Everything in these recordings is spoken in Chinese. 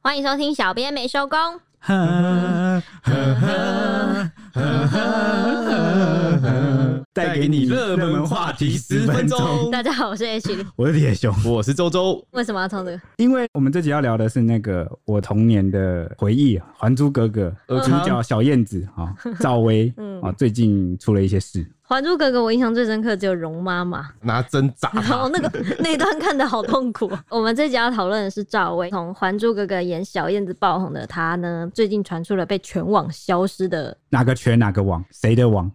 欢迎收听《小编没收工》， 带给你热门话题十分钟。大家好，我是 H 李。我是铁熊，我是周周，为什么要唱这个？因为我们这集要聊的是那个我童年的回忆，《还珠格格》尔主康角小燕子 啊，赵薇嗯啊，最近出了一些事。 《还珠格格》，我印象最深刻只有容妈 妈，拿针扎然后他，那个那一段看的好痛苦。我们这集要讨论的是赵薇，从《还珠格格》演小燕子爆红的她呢，最近传出了被全网消失 的，哪个圈哪个网，谁的网？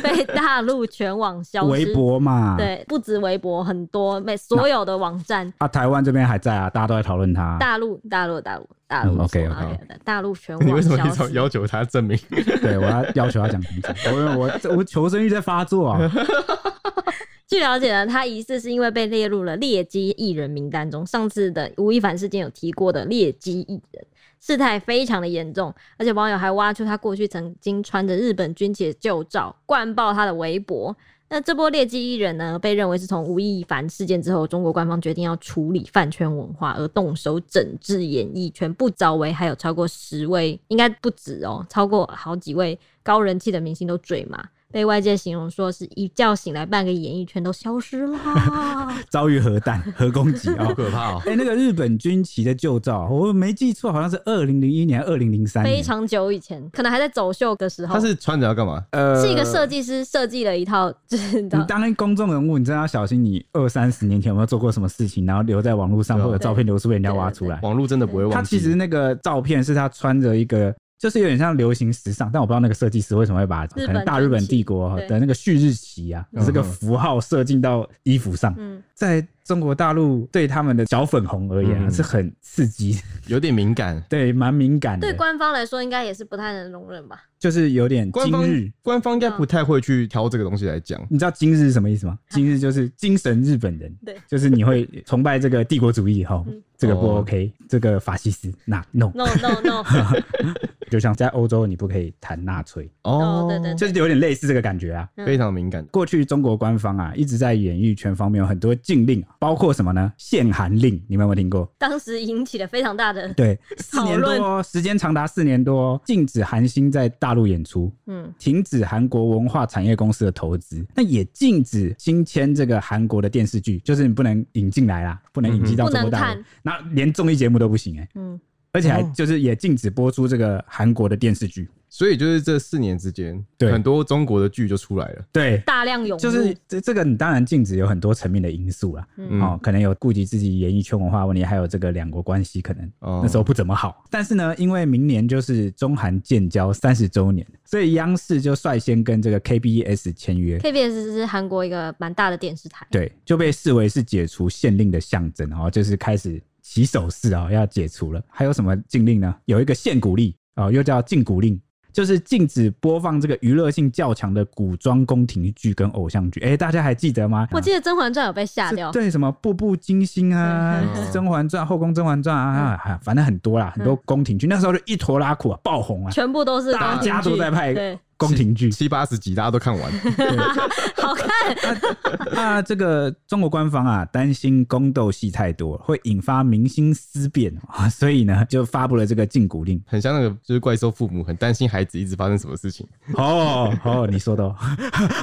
被大陆全网消失。微博啊嘛。。对，不止微博，很多每所有的网站，啊，台湾这边还在啊，大家都在讨 论它。大陆大陆大陆大陆嗯，OK，说 OK 大陆全 你为网什么消一直失。要求他证明？对，我要要求要讲清楚，我我我求生欲在发作 啊。据了解呢，他疑似是因为被列入了劣迹艺人名单中。上次的吴亦凡事件有提过的劣迹艺人，事态非常的严重，而且网友还挖出他过去曾经穿着日本军旗的旧照，灌爆他的微博。那这波劣迹艺人呢，被认为是从吴亦凡事件之后，中国官方决定要处理饭圈文化，而动手整治演艺圈，不找为还有超过十位，应该不止哦，超过好几位高人气的明星都追嘛。被外界形容说是一觉醒来，半个演艺圈都消失啦。遭遇核弹、核攻击啊好！可怕哦！ 哎、那个日本军旗的旧照，我没记错，好像是二零零一年、二零零三年，非常久以前，可能还在走秀的时候，他是穿着要干嘛？呃是一个设。计师设计了一套，就是你知你道，当然公众人物，你真的要小心，你二三十年前有没有做过什么事情，然后留在网络上，对啊或者照片流出被人家挖出来。网络真的不会忘记。他其实那个照片是他穿着一个，就是有点像流行时尚，但我不知道那个设计师为什么会把它日本可能大日本帝国军旗的那个旭日旗啊对这个符号射进到衣服上，嗯，在中国大陆对他们的小粉红而言啊嗯是很刺激，有点敏感。对，蛮敏感的对，官方来说应该也是不太能容忍吧？就是有点官今方日。官方应该嗯不太会去挑这个东西来讲。你知道今日是什么意思吗？啊今日就是精神日本人，对，就是你会崇拜这个帝国主义哈嗯，这个不哦 OK，、这个法西斯那 no， No no no，就像在欧洲你不可以谈纳粹，哦对对就是有点类似这个感觉啊。嗯非常敏感。过去中国官方啊一直在演艺圈方面有很多禁令啊，包括什么呢？限韩令，你们有没有听过？当时引起了非常大的，对，四年多讨哦，时间长达四年多哦，禁止韩星在大陆演出，嗯，停止韩国文化产业公司的投资，那也禁止新签这个韩国的电视剧，就是你不能引进来啦，不能引进到中国大嗯不陆能，那连综艺节目都不行哎、嗯，而且还哦就是也禁止播出这个韩国的电视剧，所以就是这四年之间，对很多中国的剧就出来了。对。大量涌入，就是这这个，你当然禁止有很多层面的因素啦，嗯哦，可能有顾及自己演艺圈文化问题，还有这个两国关系可能哦那时候不怎么好。但是呢，因为明年就是中韩建交三十周年，所以央视就率先跟这个 KBS 签约， KBS 是韩国一个蛮大的电视台，对，就被视为是解除限令的象征哦，就是开始起手势哦，要解除了。还有什么禁令呢？有一个限古令哦，又叫禁古令，就是禁止播放这个娱乐性较强的古装宫廷剧跟偶像剧。哎，大家还记得吗？啊我记得《甄嬛传》有被下掉是，对什么《步步惊心》啊，嗯《甄嬛传》《后宫甄嬛传》啊，嗯啊反正很多啦，很多宫廷剧。那时候就一坨拉苦啊，爆红啊，全部都嗯是大家都在拍对，宫廷剧。七八十集大家都 看完，好看，那这个中国官方啊，担心宫斗戏太多会引发民心思变啊， 所以呢就发布了这个禁古令。很像那个就是怪兽父母很担心孩子一直发生什么事 情， 哦哦，你 说的哦，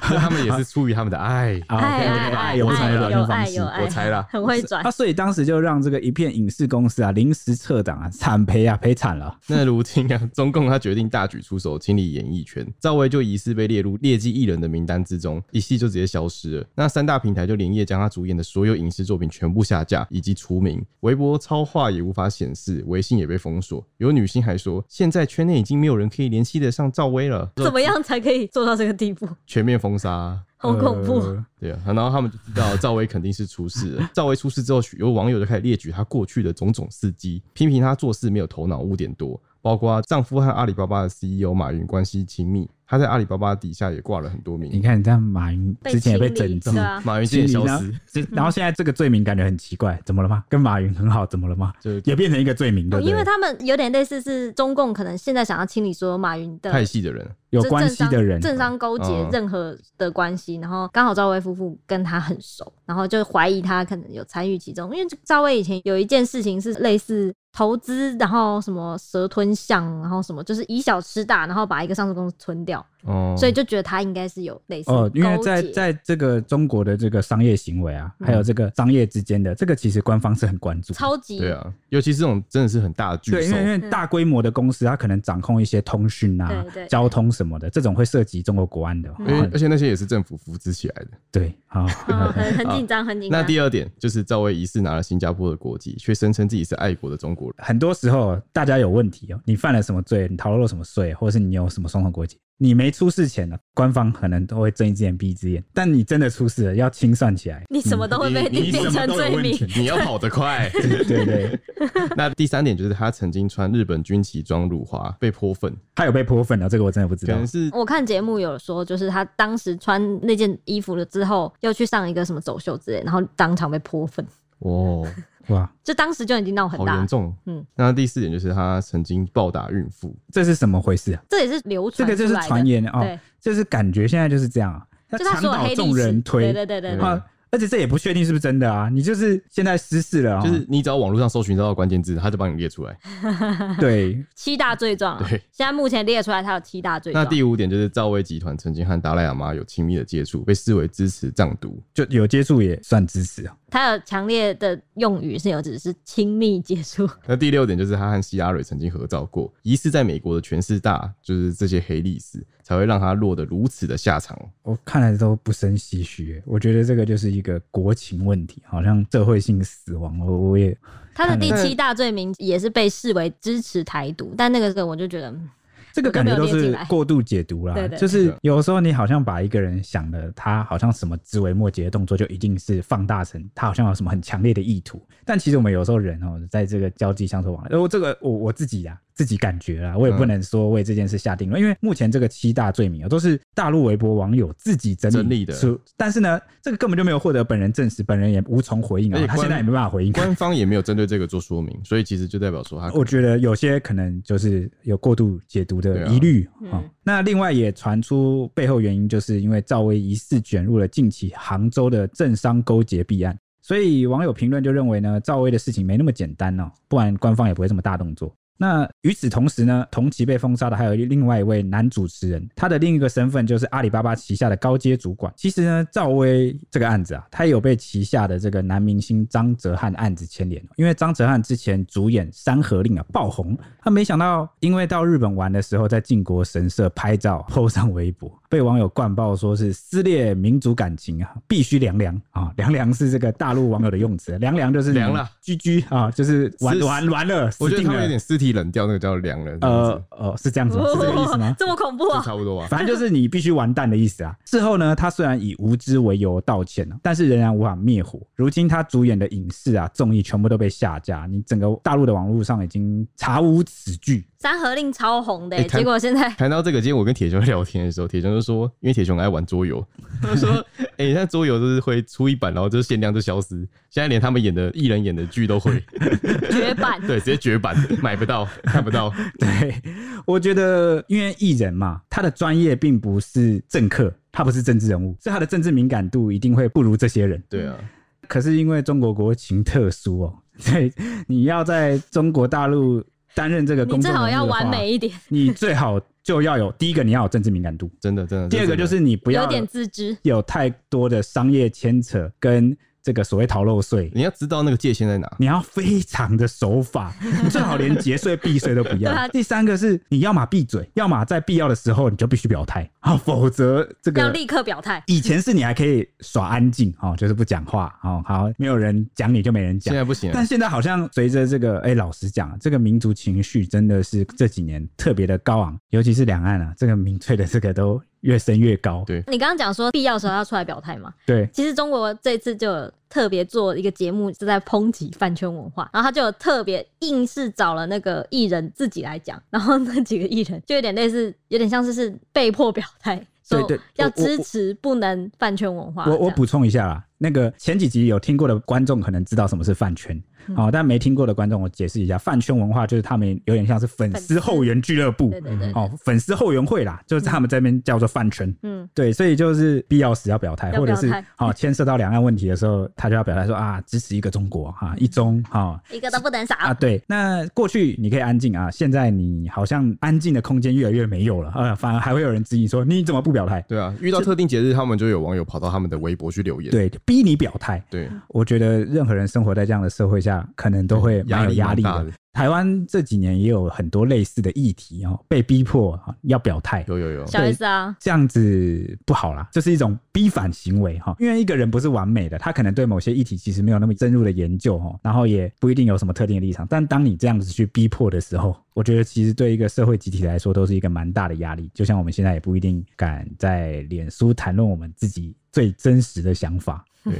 所以他们也是出于他们的爱。啊爱爱，OK，OK，爱有不同爱的表有现爱方有式。爱，我猜啦 很会转啊，，所以当时就让这个一片影视公司啊临时撤档啊，惨赔啊，赔惨了。 那如今啊，中共他决定大举出手清理演艺圈，赵薇就疑似被列入劣迹艺人的名单之中，一系就直接消失了。那三大平台就连夜将他主演的所有影视作品全部下架以及除名，微博超话也无法显示，微信也被封锁。有女星还说，现在圈内已经没有人可以联系得上赵薇了，怎么样才可以做到这个地步？全面封杀啊。好恐怖！呃对啊，然后他们就知道赵薇肯定是出事 了。赵薇出事之后，有网友就开始列举她过去的种种事迹，批 E 评她做事没有头脑，污点多，包括丈夫和阿里巴巴的 CEO 马云关系亲密，他在阿里巴巴底下也挂了很多名你，看，这样马云被之前也被清理整治，对啊，马云今天也消嗯然后失，这然后现在这个罪名感觉很奇怪，怎么了吗？跟马云很好，怎么了吗？就是也变成一个罪名，对哦不对？因为他们有点类似是中共，可能现在想要清理所有马云的派系的人。有就是关系的人，哦政商勾结嗯任何的关系，然后刚好赵薇夫妇跟他很熟，然后就怀疑他可能有参与其中，因为赵薇以前有一件事情是类似投资，然后什么蛇吞象，然后什么就是以小吃大，然后把一个上市公司吞掉，哦，所以就觉得他应该是有类似哦，因为在勾结在这个中国的这个商业行为啊，嗯还有这个商业之间的这个，其实官方是很关注的。超级对啊，尤其是这种真的是很大的巨对，因兽为因，为大规模的公司，它可能掌控一些通讯啊对对、对交通什么的，这种会涉及中国国安的。嗯因为哦而且那些也是政府扶植起来的。对，好，嗯很很紧张，很紧那张。啊第二点就是赵薇疑似拿了新加坡的国籍，却声称自己是爱国的中国人。 很多时候大家有问题哦，你犯了什么罪，你逃漏了什么税，或者是你有什么双重国籍，你没出事前呢，官方可能都会睁一只眼闭一只眼，但你真的出事了，要清算起来。你什么都会被你定嗯你什么成都有罪问名，题，你要跑得快。对对嗯 对， 那第三点就是他曾经穿日本军旗装辱华，被泼粪，他有被泼粪了，这个我真的不知可道能。是 我看节目有说，就是他当时穿那件衣服了之后，又去上一个什么走秀之类，然后当场被泼粪，哦，哇，就当时就已经闹很好大严了。重。嗯嗯，那第四点就是他曾经暴打孕妇，这是什么回事啊？这也是流这传个就出是来的传言哦对，，就是感觉现在就是这样啊，他就他墙说倒黑历众史人推对对对对对，啊，而且这也不确定是不是真的啊，你就是现在失事了、哦， 就是你只要网络上搜寻到关键字，他就帮你列出来。对，七大罪状啊对，现在目前列出来他有七大罪那状。第五点就是赵薇集团曾经和达赖喇嘛有亲密的接触，被视为支持藏独。就有接触也算支持啊。他有强烈的用语是有只是亲密接 触，那第六点就是他和希拉蕊曾经合照过，疑似在美国的权势大，就是这些黑历史才会让他落得如此的下场。我看来都不胜唏嘘，我觉得这个就是一个国情问题，好像社会性死亡，我我也他的第七大罪名也是被视为支持台独，但那个时候我就觉得，嗯这个感觉都我都没有列是进来过度解读啦，对对对就是有时候你好像把一个人想的，他好像什么枝微末节的动作就一定是放大成他好像有什么很强烈的意图，但其实我们有时候人哦，在这个交际相处往来，然后这个我我自己呀、自己感觉啦，我也不能说为这件事下定论，因为目前这个七大罪名啊，都是大陆微博网友自己整理整理的出，但是呢，这个根本就没有获得本人证实，本人也无从回应而啊且，他现官在也没办法回应。官方也没有针对这个做说明，所以其实就代表说他我觉得有些可能就是有过度解读的疑虑对啊、啊哦嗯？那另外也传出背后原因，就是因为赵薇疑似卷入了近期杭州的政商勾结弊案，所以网友评论就认为呢，赵薇的事情没那么简单哦，不然官方也不会这么大动作。那与此同时呢，同期被封杀的还有另外一位男主持人，他的另一个身份就是阿里巴巴旗下的高阶主管。其实呢，赵薇这个案子啊，他也有被旗下的这个男明星张哲瀚案子牵连，哦因为张哲瀚之前主演《山河令》啊爆红，他没想到因为到日本玩的时候，在靖国神社拍照 PO 上微博，被网友灌爆说是撕裂民族感情啊，必须凉凉啊，凉凉是这个大陆网友的用词，凉凉就是凉了居居啊，就是玩是玩完了，我死觉得定他们了有点尸体冷掉，那个叫凉了，呃呃，呃， 是这样子吗？是这个意思吗哦 这么恐怖就啊！差不多吧。反正就是你必须完蛋的意思啊。事后呢，他虽然以无知为由道歉了，但是仍然无法灭火。如今他主演的影视啊、综艺全部都被下架，你整个大陆的网络上已经查无此据。 三合令超红的、哎他结果现在谈到这个，今天我跟铁熊聊天的时候，铁熊就说，因为铁熊很爱玩桌游， 他说：“ 哎、那桌游就是会出一版，然后就是限量就消失。现在连他们演的艺人演的剧 都会，绝版，对，直接绝版，买不到，看不到。对，我觉得因为艺人嘛，他的专业并不是政客，他不是政治人物，所以他的政治敏感度一定会不如这些人”。 对啊，可是因为中国国情特殊哦， 对，你要在中国大陆担任这个你工作，最好要完美，一点，你最好就要有第一个你要有政治敏感度，真的 真的。第二个真的就是你不有要点自知。有太多的商业牵扯跟这个所谓逃漏税。你要知道那个界限在哪。你要非常的守 法，你最好连节税、避税都不对啊要。第三个是你要么闭嘴，要么在必要的时候你就必须表态啊，否则这要个立刻表态，以前是你还可以耍安静哦，就是不讲话哦，好，没有人讲你就没人讲现。在不行、啊但，现在好像随着这个，哎、老实讲，这个民族情绪真的是这几年特别的高昂，尤其是两岸啊，这个民粹的这个都越升越高。对你刚刚讲说必要的时候要出来表态嘛，对，其实中国这次就有特别做一个节目，是在抨击饭圈文化，然后他就有特别硬是找了那个艺人自己来讲，然后那几个艺人就有点类似，有点像是是被迫表态，说对对要我我支持不能饭圈文化这我样。我补充一下啦，那个前几集有听过的观众可能知道什么是饭圈，嗯哦，但没听过的观众我解释一下，饭圈文化就是他们有点像是粉粉丝丝后援俱乐部对，对对，哦，粉丝后援会啦，就是他们这边叫做饭圈。嗯，对，所以就是必要时要表态，要或者表是态好牵、涉到两岸问题的时候，他就要表态说啊，支持一个中国啊，一中哈、啊一个都不能少。啊，对，那过去你可以安静啊，现在你好像安静的空间越来越没有了，啊，反而还会有人质疑说你怎么不表态？对啊，遇到特定节日，他们就有网友跑到他们的微博去留言。对，逼你表态。对，我觉得任何人生活在这样的社会下，可能都会蛮有压力压力蛮大的的。台湾这几年也有很多类似的议题哦，被逼迫啊要表态，有有有，小 S 啊，这样子不好啦，这是一种逼反行为哈。因为一个人不是完美的，他可能对某些议题其实没有那么深入的研究哦，然后也不一定有什么特定的立场。但当你这样子去逼迫的时候，我觉得其实对一个社会集体来说都是一个蛮大的压力。就像我们现在也不一定敢在脸书谈论我们自己最真实的想法 对，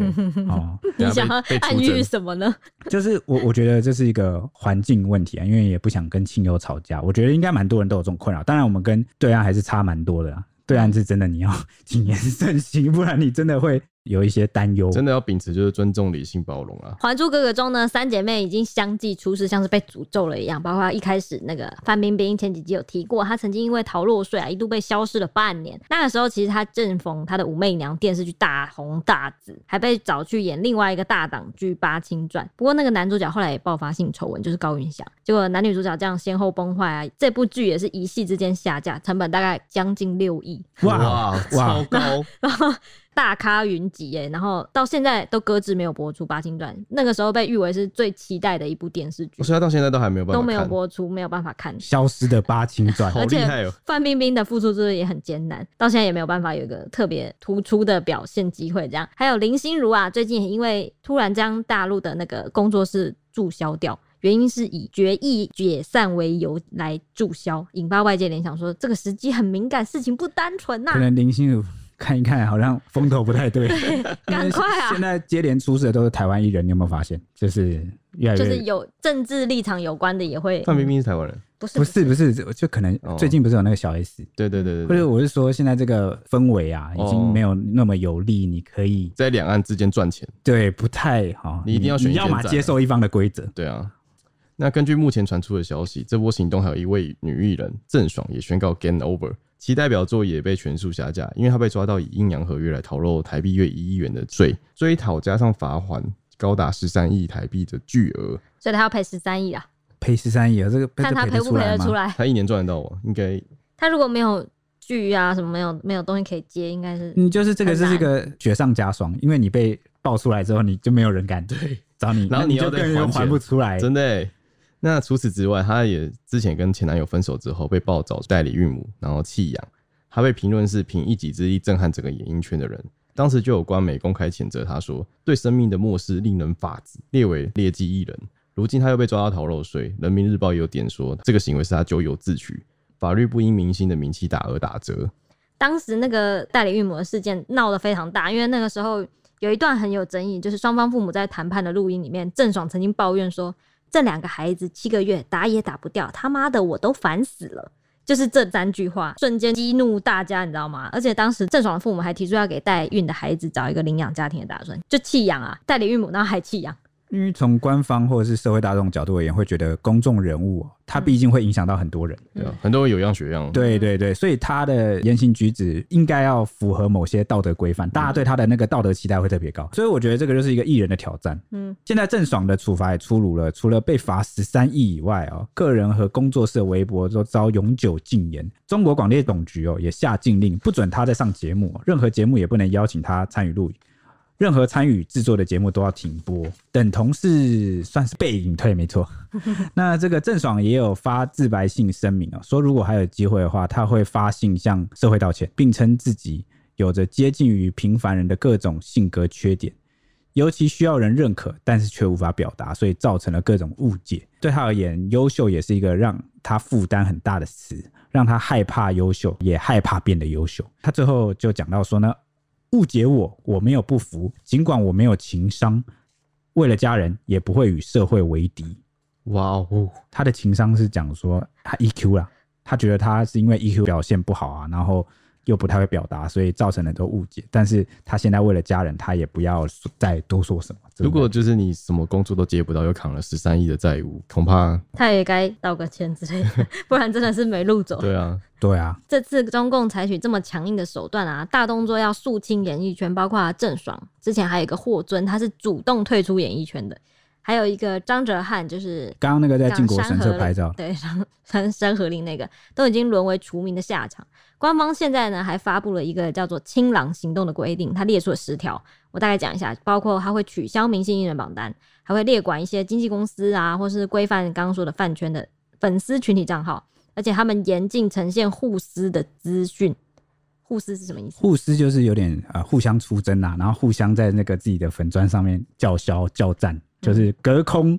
哦。你等下想被要被出暗喻征什么呢？就是我我觉得这是一个环境问题啊，因为也不想跟亲友吵架。我觉得应该蛮多人都有这种困扰，当然我们跟对啊岸还是差蛮多的啦。对岸是真的你要谨言慎行，不然你真的会有一些担忧。真的，的要秉持就是尊重、理性、包容啊。《还珠格格》中呢，三姐妹已经相继出事，像是被诅咒了一样。包括一开始那个范冰冰，前几集有提过，她曾经因为逃漏税啊，一度被消失了半年。那个时候，其实她正逢她的武媚娘电视剧大红大紫，还被找去演另外一个大档剧《八清传》。不过那个男主角后来也爆发性丑闻，就是高云翔。结果男女主角这样先后崩坏啊，这部剧也是一夕之间下架，成本大概将近六亿。哇，超高！然后 大咖云集耶，然后到现在都搁置没有播出《八星传》，那个时候被誉为是最期待的一部电视剧所以，他到现在都还没有办法都没有看播出，没有办法看。消失的八清传，好而厉且害哦！范冰冰的复出之路也很艰难，到现在也没有办法有一个特别突出的表现机会。这样，还有林心如啊，最近也因为突然将大陆的那个工作室注销掉。原因是以决议解散为由来注销，引发外界联想说这个时机很敏感，事情不单纯呐、可能林心如看一看，好像风头不太对。赶快啊因为现在接连出事的都是台湾艺人，你有没有发现？就是越来越就是有政治立场有关的也会范冰冰是台湾人，不是不是不是，就可能哦最近不是有那个小 S，对对对对或对者我是说现在这个氛围啊，已经哦没有那么有利，你可以在两岸之间赚钱，对，不太好。你一定要选你要一边么站接受一方的规则，对啊。那根据目前传出的消息，这波行动还有一位女艺人郑爽也宣告 game over，其代表作也被全数下架，因为她被抓到以阴阳合约来逃漏台币约一亿元的罪，追讨加上罚款高达十三亿台币的巨额，所以他要赔十三亿啊，赔十三亿啊，这个看他赔赔不赔得出吗？来。她一年赚得到哦吗？应该他如果没有剧啊什么没有没有东西可以接，应该是你就是这个，很这难是一个雪上加霜，因为你被爆出来之后，你就没有人敢对找你，然那后你你要就再更人还还钱不出来。真的、欸。那除此之外，她也之前跟前男友分手之后被爆找代理孕母，然后弃养。她被评论是凭一己之力震撼整个演艺圈的人。当时就有官媒公开谴责她说，对生命的漠视令人发指，列为劣迹艺人。如今她又被抓到逃漏税，《人民日报》也有点说这个行为是她咎由自取，法律不因明星的名气打而打折。当时那个代理孕母的事件闹得非常大，因为那个时候有一段很有争议，就是双方父母在谈判的录音里面，郑爽曾经抱怨说，这两个孩子七个月打也打不掉，他妈的我都烦死了。就是这三句话瞬间激怒大家，你知道吗？而且当时郑爽的父母还提出要给代孕的孩子找一个领养家庭的打算，就弃养啊，代理孕母，然后还弃养。因为从官方或者是社会大众角度而言，会觉得公众人物哦嗯他毕竟会影响到很多人。对啊，很多人有样学样。对对对，所以他的言行举止应该要符合某些道德规范，大家对他的那个道德期待会特别高，所以我觉得这个就是一个艺人的挑战。嗯嗯，现在郑爽的处罚也出炉了，除了被罚十三亿以外哦，个人和工作室的微博都遭永久禁言。中国广电总局哦也下禁令，不准他再上节目哦，任何节目也不能邀请他参与录影。任何参与制作的节目都要停播，等同是算是被隐退，没错。那这个郑爽也有发自白信声明哦，说如果还有机会的话，她会发信向社会道歉，并称自己有着接近于平凡人的各种性格缺点，尤其需要人认可，但是却无法表达，所以造成了各种误解。对他而言，优秀也是一个让他负担很大的词，让他害怕优秀，也害怕变得优秀。他最后就讲到说呢，误解我，我没有不服，尽管我没有情商，为了家人也不会与社会为敌。哇哦，他的情商是讲说他 EQ 啦，他觉得他是因为 EQ 表现不好啊，然后又不太会表达，所以造成了很多误解。但是他现在为了家人，他也不要再多说什么。这如种果就是你什么工作都接不到，又扛了十三亿的债务，恐怕他也该道个歉之类的， 不然真的是没路走。对啊，对啊，这次中共采取这么强硬的手段啊，大动作要肃清演艺圈，包括郑爽，之前还有一个霍尊，他是主动退出演艺圈的，还有一个张哲瀚，就是刚刚那个在像靖国山神河社令拍照，对， 山山山河令那个都已经沦为除名的下场。官方现在呢还发布了一个叫做“清朗行动”的规定，它列出了十条，我大概讲一下，包括它会取消明星艺人榜单，还会列管一些经纪公司啊，或是规范刚刚说的饭圈的粉丝群体账号，而且他们严禁呈现互撕的资讯。互撕是什么意思？互撕就是有点呃互相出征啊，然后互相在那个自己的粉砖上面叫嚣叫战，就是隔空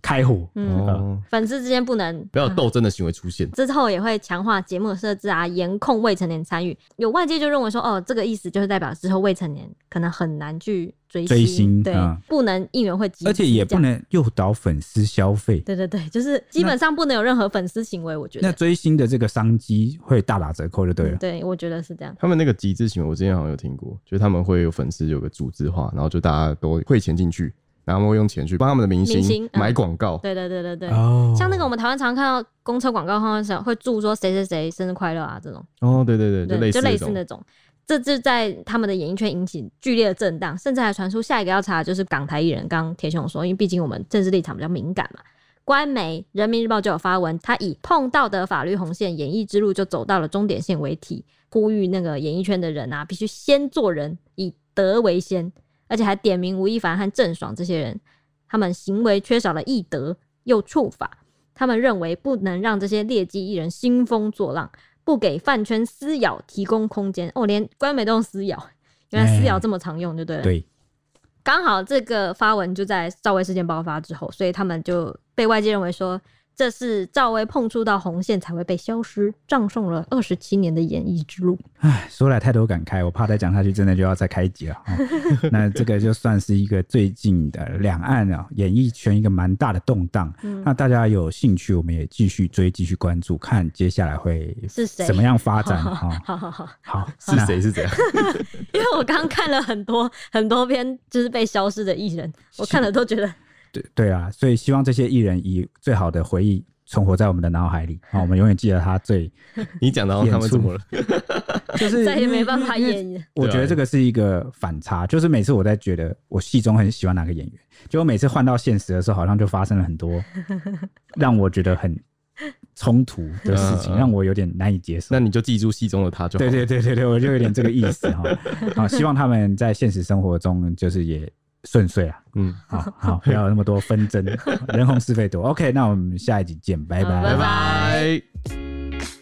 开火。呃嗯，哦，粉丝之间不能不要有斗争的行为出现。之后也会强化节目的设置啊，严控未成年参与。有外界就认为说，哦，这个意思就是代表之后未成年可能很难去追追星对，嗯不能应援会集资而且也这不样。能诱导粉丝消费，对对对，就是基本上不能有任何粉丝行为，我觉那得。追星的这个商机会大打折扣就对了嗯。啊对，我觉得是这样。他们那个集资行为，我之前好像有听过，就是他们会有粉丝有个组织化，然后就大家都汇钱进去，然后他们会用钱去帮他们的明明星星嗯买广告。对对对对对，哦像那个我们台湾常看到公车广告上面想会祝说谁谁谁生日快乐啊这种，哦，对对对，就对，类就似类这似种那种。这就在他们的演艺圈引起剧烈的震荡，甚至还传出下一个要查的就是港台艺人。刚刚铁雄说，因为毕竟我们政治立场比较敏感嘛。官媒《人民日报》就有发文，他以碰道德法律红线，演艺之路就走到了终点线为题，呼吁那个演艺圈的人啊，必须先做人，以德为先，而且还点名吴亦凡和郑爽这些人，他们行为缺少了艺德，又触法。他们认为不能让这些劣迹艺人兴风作浪，不给饭圈撕咬提供空间。哦，连官媒都用撕咬，原来撕咬这么常用，就对了。对，刚好这个发文就在赵薇事件爆发之后，所以他们就被外界认为说这是赵薇碰触到红线才会被消失，葬送了二十七年的演艺之路。唉，说来太多感慨，我怕再讲下去真的就要再开一集了。 哦、那这个就算是一个最近的两岸啊演艺圈一个蛮大的动荡。嗯那大家有兴趣，我们也继续追，继续关注，看接下来会是谁怎么样发展 啊、哦好好好，好， 是那谁啊是怎样？因为我刚看了很多 很多篇就是被消失的艺人，我看了都觉得对对啊，所以希望这些艺人以最好的回忆存活在我们的脑海里啊、我们永远记得他最你讲到他们怎么了？就是 再也没办法因为演绎。我觉对得啊这个是一个反差，就是每次我在觉得我戏中很喜欢哪个演员，结果每次换到现实的时候，好像就发生了 很多让我觉得很冲突的事情，嗯嗯让我有点难以接受那。你就记住戏中的他就好。对对对对对，我就有点这个意思 哈。好，希望他们在现实生活中就是也顺遂啊，嗯，好好不要有那么多纷 争，人红是非多。OK，那我们下一集见，拜好拜拜拜。